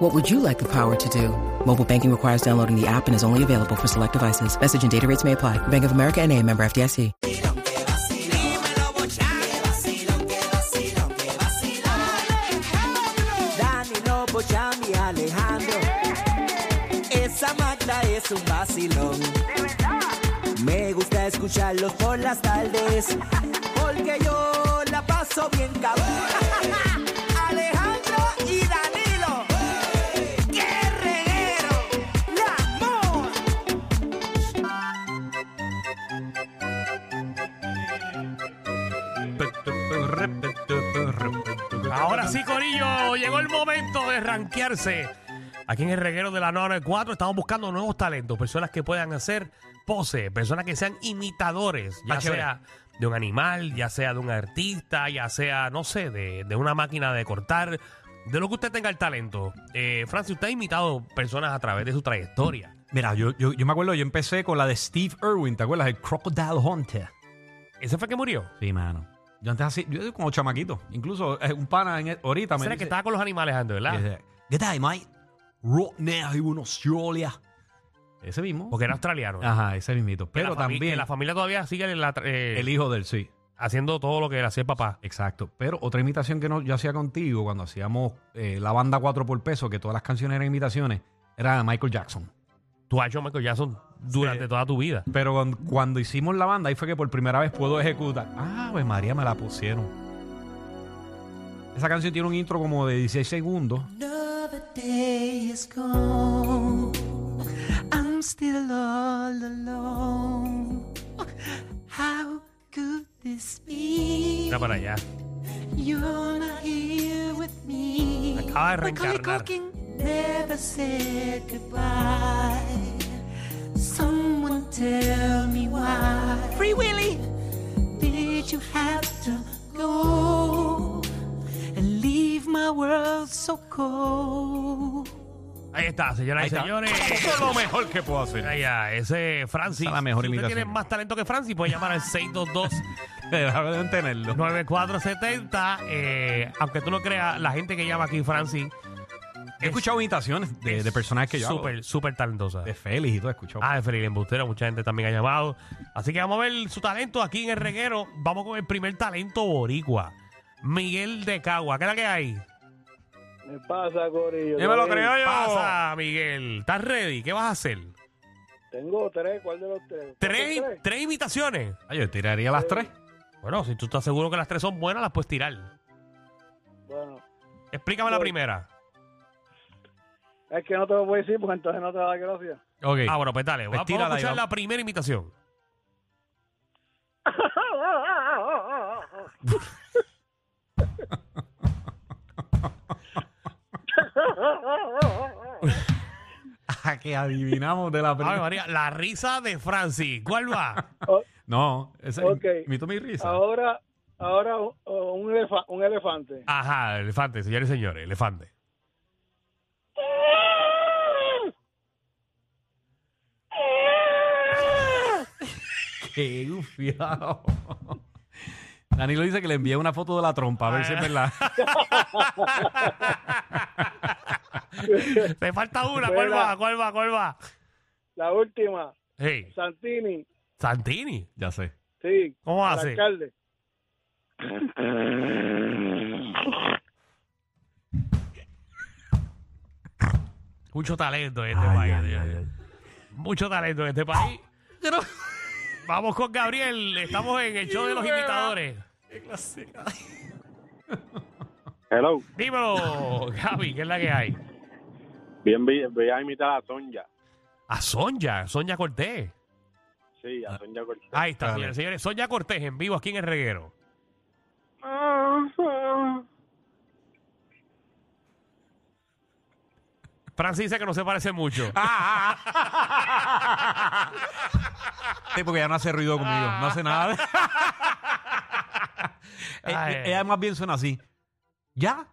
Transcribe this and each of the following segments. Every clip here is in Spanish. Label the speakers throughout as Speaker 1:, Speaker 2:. Speaker 1: What would you like the power to do? Mobile banking requires downloading the app and is only available for select devices. Message and data rates may apply. Bank of America and a member FDIC.
Speaker 2: Dímelo, Bochá. Que vacilón, que vacilón, que vacilón. Danilo, Bochá, mi Alejandro. Esa Magda es un vacilón. Me gusta escucharlos por las tardes. Porque yo la paso bien cabrón. Alejandro y Danilo. ¡Qué reguero! ¡La moda!
Speaker 3: Ahora sí, Corillo, llegó el momento de rankearse. Aquí en el reguero de la 994 estamos buscando nuevos talentos, personas que puedan hacer pose, personas que sean imitadores, ya
Speaker 4: Ah, chévere.
Speaker 3: sea de un animal, ya sea de un artista, ya sea, no sé, de, de una máquina de cortar, de lo que usted tenga el talento. Eh, Francis, usted ha imitado personas a través de su trayectoria.
Speaker 4: Mira, yo, yo, yo me acuerdo, yo empecé con la de Steve Irwin, ¿te acuerdas? El Crocodile Hunter.
Speaker 3: ¿Ese fue el que murió?
Speaker 4: Sí, mano. Yo antes así, yo como chamaquito. Incluso eh, un pana en el- ahorita me
Speaker 3: Ese era el que
Speaker 4: dice-
Speaker 3: estaba con los animales, Ando, ¿verdad?
Speaker 4: dice, ¿Qué tal, mate? Rodney in Australia. Ese mismo.
Speaker 3: Porque era australiano. ¿verdad?
Speaker 4: Ajá, ese mismito.
Speaker 3: Que la
Speaker 4: Ah, Pero
Speaker 3: fami- que
Speaker 4: también
Speaker 3: La familia todavía sigue la tra- eh,
Speaker 4: el hijo del sí.
Speaker 3: haciendo todo lo que hacía el papá.
Speaker 4: Exacto. Pero otra imitación que no- yo hacía contigo cuando hacíamos eh, la banda 4 por peso, que todas las canciones eran imitaciones, era de Michael Jackson.
Speaker 3: tú has hecho Michael Jackson durante
Speaker 4: Sí.
Speaker 3: toda tu vida.
Speaker 4: Pero cuando, cuando hicimos la banda, ahí fue que por primera vez puedo ejecutar. Ah, pues María me la pusieron. Esa canción tiene un intro como de 16 segundos.
Speaker 2: Another day is gone. I'm still all alone. How could this be?
Speaker 3: Mira para allá.
Speaker 2: You're not here with me.
Speaker 3: Acaba de
Speaker 2: Macaulay
Speaker 3: reencarnar.
Speaker 2: Culkin never said goodbye. Someone tell me why. Free Willy! Did you have to go and leave my world so cold?
Speaker 3: Ahí está, señoras
Speaker 4: Ahí
Speaker 3: y
Speaker 4: está.
Speaker 3: señores.
Speaker 4: es lo mejor que puedo hacer.
Speaker 3: Ahí ya, ese Francis.
Speaker 4: Esa es la mejor
Speaker 3: si usted
Speaker 4: imitación.
Speaker 3: tiene más talento que Francis, puede llamar al 622-9470.
Speaker 4: Deben tenerlo.
Speaker 3: Eh, aunque tú no creas, la gente que llama aquí Francis
Speaker 4: He escuchado imitaciones de, de personajes que yo hago.
Speaker 3: súper, súper talentosa.
Speaker 4: De Félix y todo, he escuchado.
Speaker 3: Ah, de Feliz Embustero, mucha gente también ha llamado. Así que vamos a ver su talento aquí en el reguero. Vamos con el primer talento boricua. Miguel de Cagua, ¿qué es la que hay?
Speaker 5: Me pasa, Corillo.
Speaker 4: Yo me lo
Speaker 5: Corillo.
Speaker 4: creo yo.
Speaker 3: Pasa, Miguel. ¿Estás ready? ¿Qué vas a hacer?
Speaker 5: Tengo tres, ¿cuál de los tres?
Speaker 3: ¿Tres,
Speaker 5: ¿Tres?
Speaker 3: tres imitaciones?
Speaker 4: Ah, yo tiraría las tres.
Speaker 3: Bueno, si tú estás seguro que las tres son buenas, las puedes tirar.
Speaker 5: Bueno,
Speaker 3: Explícame la
Speaker 5: Voy.
Speaker 3: primera.
Speaker 5: es que no te lo voy a decir porque entonces no te da gracia.
Speaker 4: Ok.
Speaker 3: Ah, bueno, pues dale.
Speaker 4: Pues
Speaker 3: Vamos a
Speaker 4: tírala ahí,
Speaker 3: escuchar la
Speaker 4: vamos.
Speaker 3: primera imitación.
Speaker 4: Ah, que adivinamos de la
Speaker 3: A ver,
Speaker 4: primera.
Speaker 3: María, la risa de Francis. ¿Cuál va?
Speaker 5: O-
Speaker 4: No, esa
Speaker 5: Ok.
Speaker 4: imito mi risa.
Speaker 5: ahora, ahora o- o un, elefa- un elefante.
Speaker 3: Ajá, elefante, señores y señores, elefante.
Speaker 4: Qué gufiado. Danilo dice que le envía una foto de la trompa, a ver
Speaker 3: Ah.
Speaker 4: si es verdad.
Speaker 3: Te falta una. ¿Cuál va? ¿Cuál va? ¿Cuál va?
Speaker 5: La última,
Speaker 3: Hey,
Speaker 5: Santini.
Speaker 3: Santini.
Speaker 4: ya sé.
Speaker 5: Sí.
Speaker 3: ¿Cómo
Speaker 5: el
Speaker 3: hace?
Speaker 5: alcalde.
Speaker 3: Mucho talento en este país. Mucho talento en este país.
Speaker 4: Ah.
Speaker 3: Vamos con Gabriel. Estamos en el show de los imitadores.
Speaker 6: Hello,
Speaker 3: Dímelo, Gaby, ¿qué es la que hay?
Speaker 6: bien, vi- voy a imitar a Sonja.
Speaker 3: A Sonja, Sonja Cortés.
Speaker 6: Sí, a Sonja Cortés.
Speaker 3: Ahí está,
Speaker 4: Dale.
Speaker 3: señores. señores. Sonja Cortés en vivo aquí en el reguero. Francis dice que no se parece mucho.
Speaker 4: Ah, ah, ah. Sí, porque ella no hace ruido conmigo, no hace nada. Eh,
Speaker 3: Ay.
Speaker 4: ella más bien suena así. ¿Ya?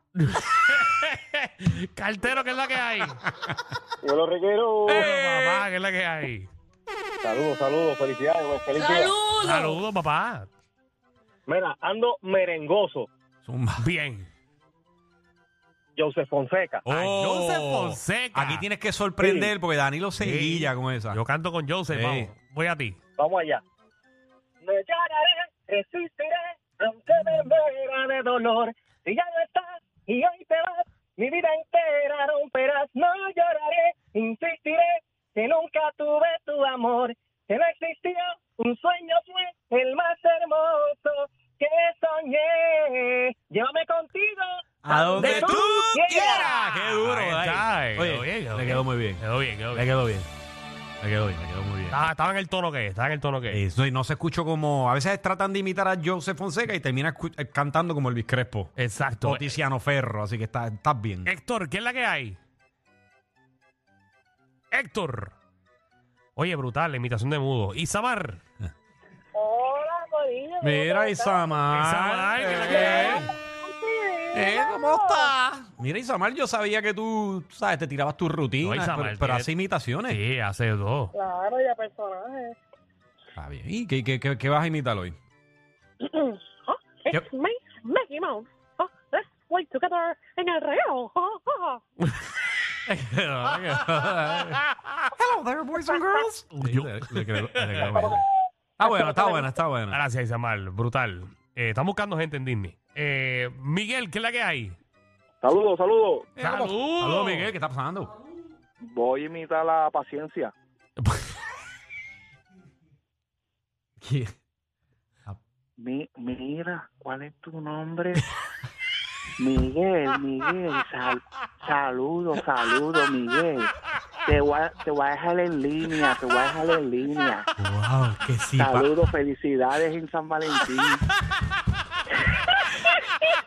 Speaker 3: Cartero, que es la que
Speaker 4: Eh.
Speaker 3: hay?
Speaker 6: Hola, Riquero.
Speaker 3: Eh, Bueno, papá, que es la que hay?
Speaker 6: Saludos, saludos, felicidades, güey, feliz día.
Speaker 3: Saludos, papá.
Speaker 6: Mira, ando merengoso.
Speaker 4: Zumba.
Speaker 3: Bien.
Speaker 6: Joseph Fonseca.
Speaker 3: A Joseph Fonseca.
Speaker 4: Oh. Aquí tienes que sorprender porque Danilo se guilla con esa.
Speaker 3: Yo canto con Joseph,
Speaker 4: Sí.
Speaker 3: vamos. Voy a ti.
Speaker 6: Vamos allá.
Speaker 7: Me lloraré, resistiré, aunque me muera de dolor. Si ya no estás y hoy te vas, mi vida entera romperás. No lloraré, insistiré, que nunca tuve tu amor. Que no existió, un sueño fue el más hermoso que soñé. Llévame contigo.
Speaker 4: A donde
Speaker 7: donde
Speaker 4: tú
Speaker 7: tú
Speaker 4: quieras.
Speaker 7: quieras.
Speaker 4: Ah, Qué duro,
Speaker 3: Ahí está,
Speaker 4: ay.
Speaker 3: eh, quedó bien,
Speaker 4: Oye,
Speaker 3: quedó
Speaker 4: le
Speaker 3: bien.
Speaker 4: quedó muy bien.
Speaker 3: Quedó bien, quedó
Speaker 4: Le
Speaker 3: bien.
Speaker 4: quedó bien. Le quedó bien, le quedó muy bien.
Speaker 3: Ah, estaba en el tono que es, estaba en el tono que es.
Speaker 4: Eh, no, y no se escuchó como. A veces tratan de imitar a Joseph Fonseca y termina escu- eh, cantando como Elvis Crespo.
Speaker 3: Exacto.
Speaker 4: O Tiziano Ferro, así que está- estás bien.
Speaker 3: Héctor, ¿qué es la que hay? Héctor. Oye, brutal, la imitación de mudo. Isamar.
Speaker 7: Hola, Corillo.
Speaker 4: Mira, Isamar.
Speaker 3: Isamar, ¿qué es la que
Speaker 4: Eh,
Speaker 3: hay?
Speaker 4: eh, ¿Cómo estás? Mira, Isamar, yo sabía que tú, sabes, te tirabas tus
Speaker 3: No,
Speaker 4: rutinas,
Speaker 3: Isamar,
Speaker 4: pero, pero
Speaker 3: tiene-
Speaker 4: hace imitaciones.
Speaker 3: Sí, hace dos.
Speaker 7: Claro, ya personaje.
Speaker 4: Está bien. ¿Y qué, qué- qué- qué vas a imitar hoy?
Speaker 7: oh, it's
Speaker 4: Yep.
Speaker 7: me, Mickey Mouse. Oh, let's play together en el reo. Oh, oh.
Speaker 4: Hello there, boys and girls. Está bueno, está bueno, está bueno.
Speaker 3: Gracias, Isamar. Brutal. Eh, están buscando gente en Disney. Eh, Miguel, ¿qué es la que hay?
Speaker 6: Saludos, saludos.
Speaker 3: Saludos.
Speaker 4: Eh, Saludos, Miguel, ¿qué está pasando?
Speaker 6: Voy a imitar la paciencia. Mi- mira, ¿cuál es tu nombre? Miguel, Miguel, sal- saludo, saludo, Miguel. Te voy, a, te voy a dejar en línea, te voy a dejar en línea.
Speaker 4: Wow, qué sipa.
Speaker 6: Saludos, felicidades en San Valentín.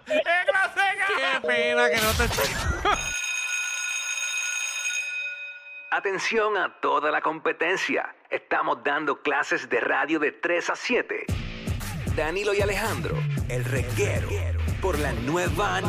Speaker 4: Qué pena que no te
Speaker 8: Atención a toda la competencia. Estamos dando clases de radio de 3 a 7. Danilo y Alejandro, el reguero, por la nueva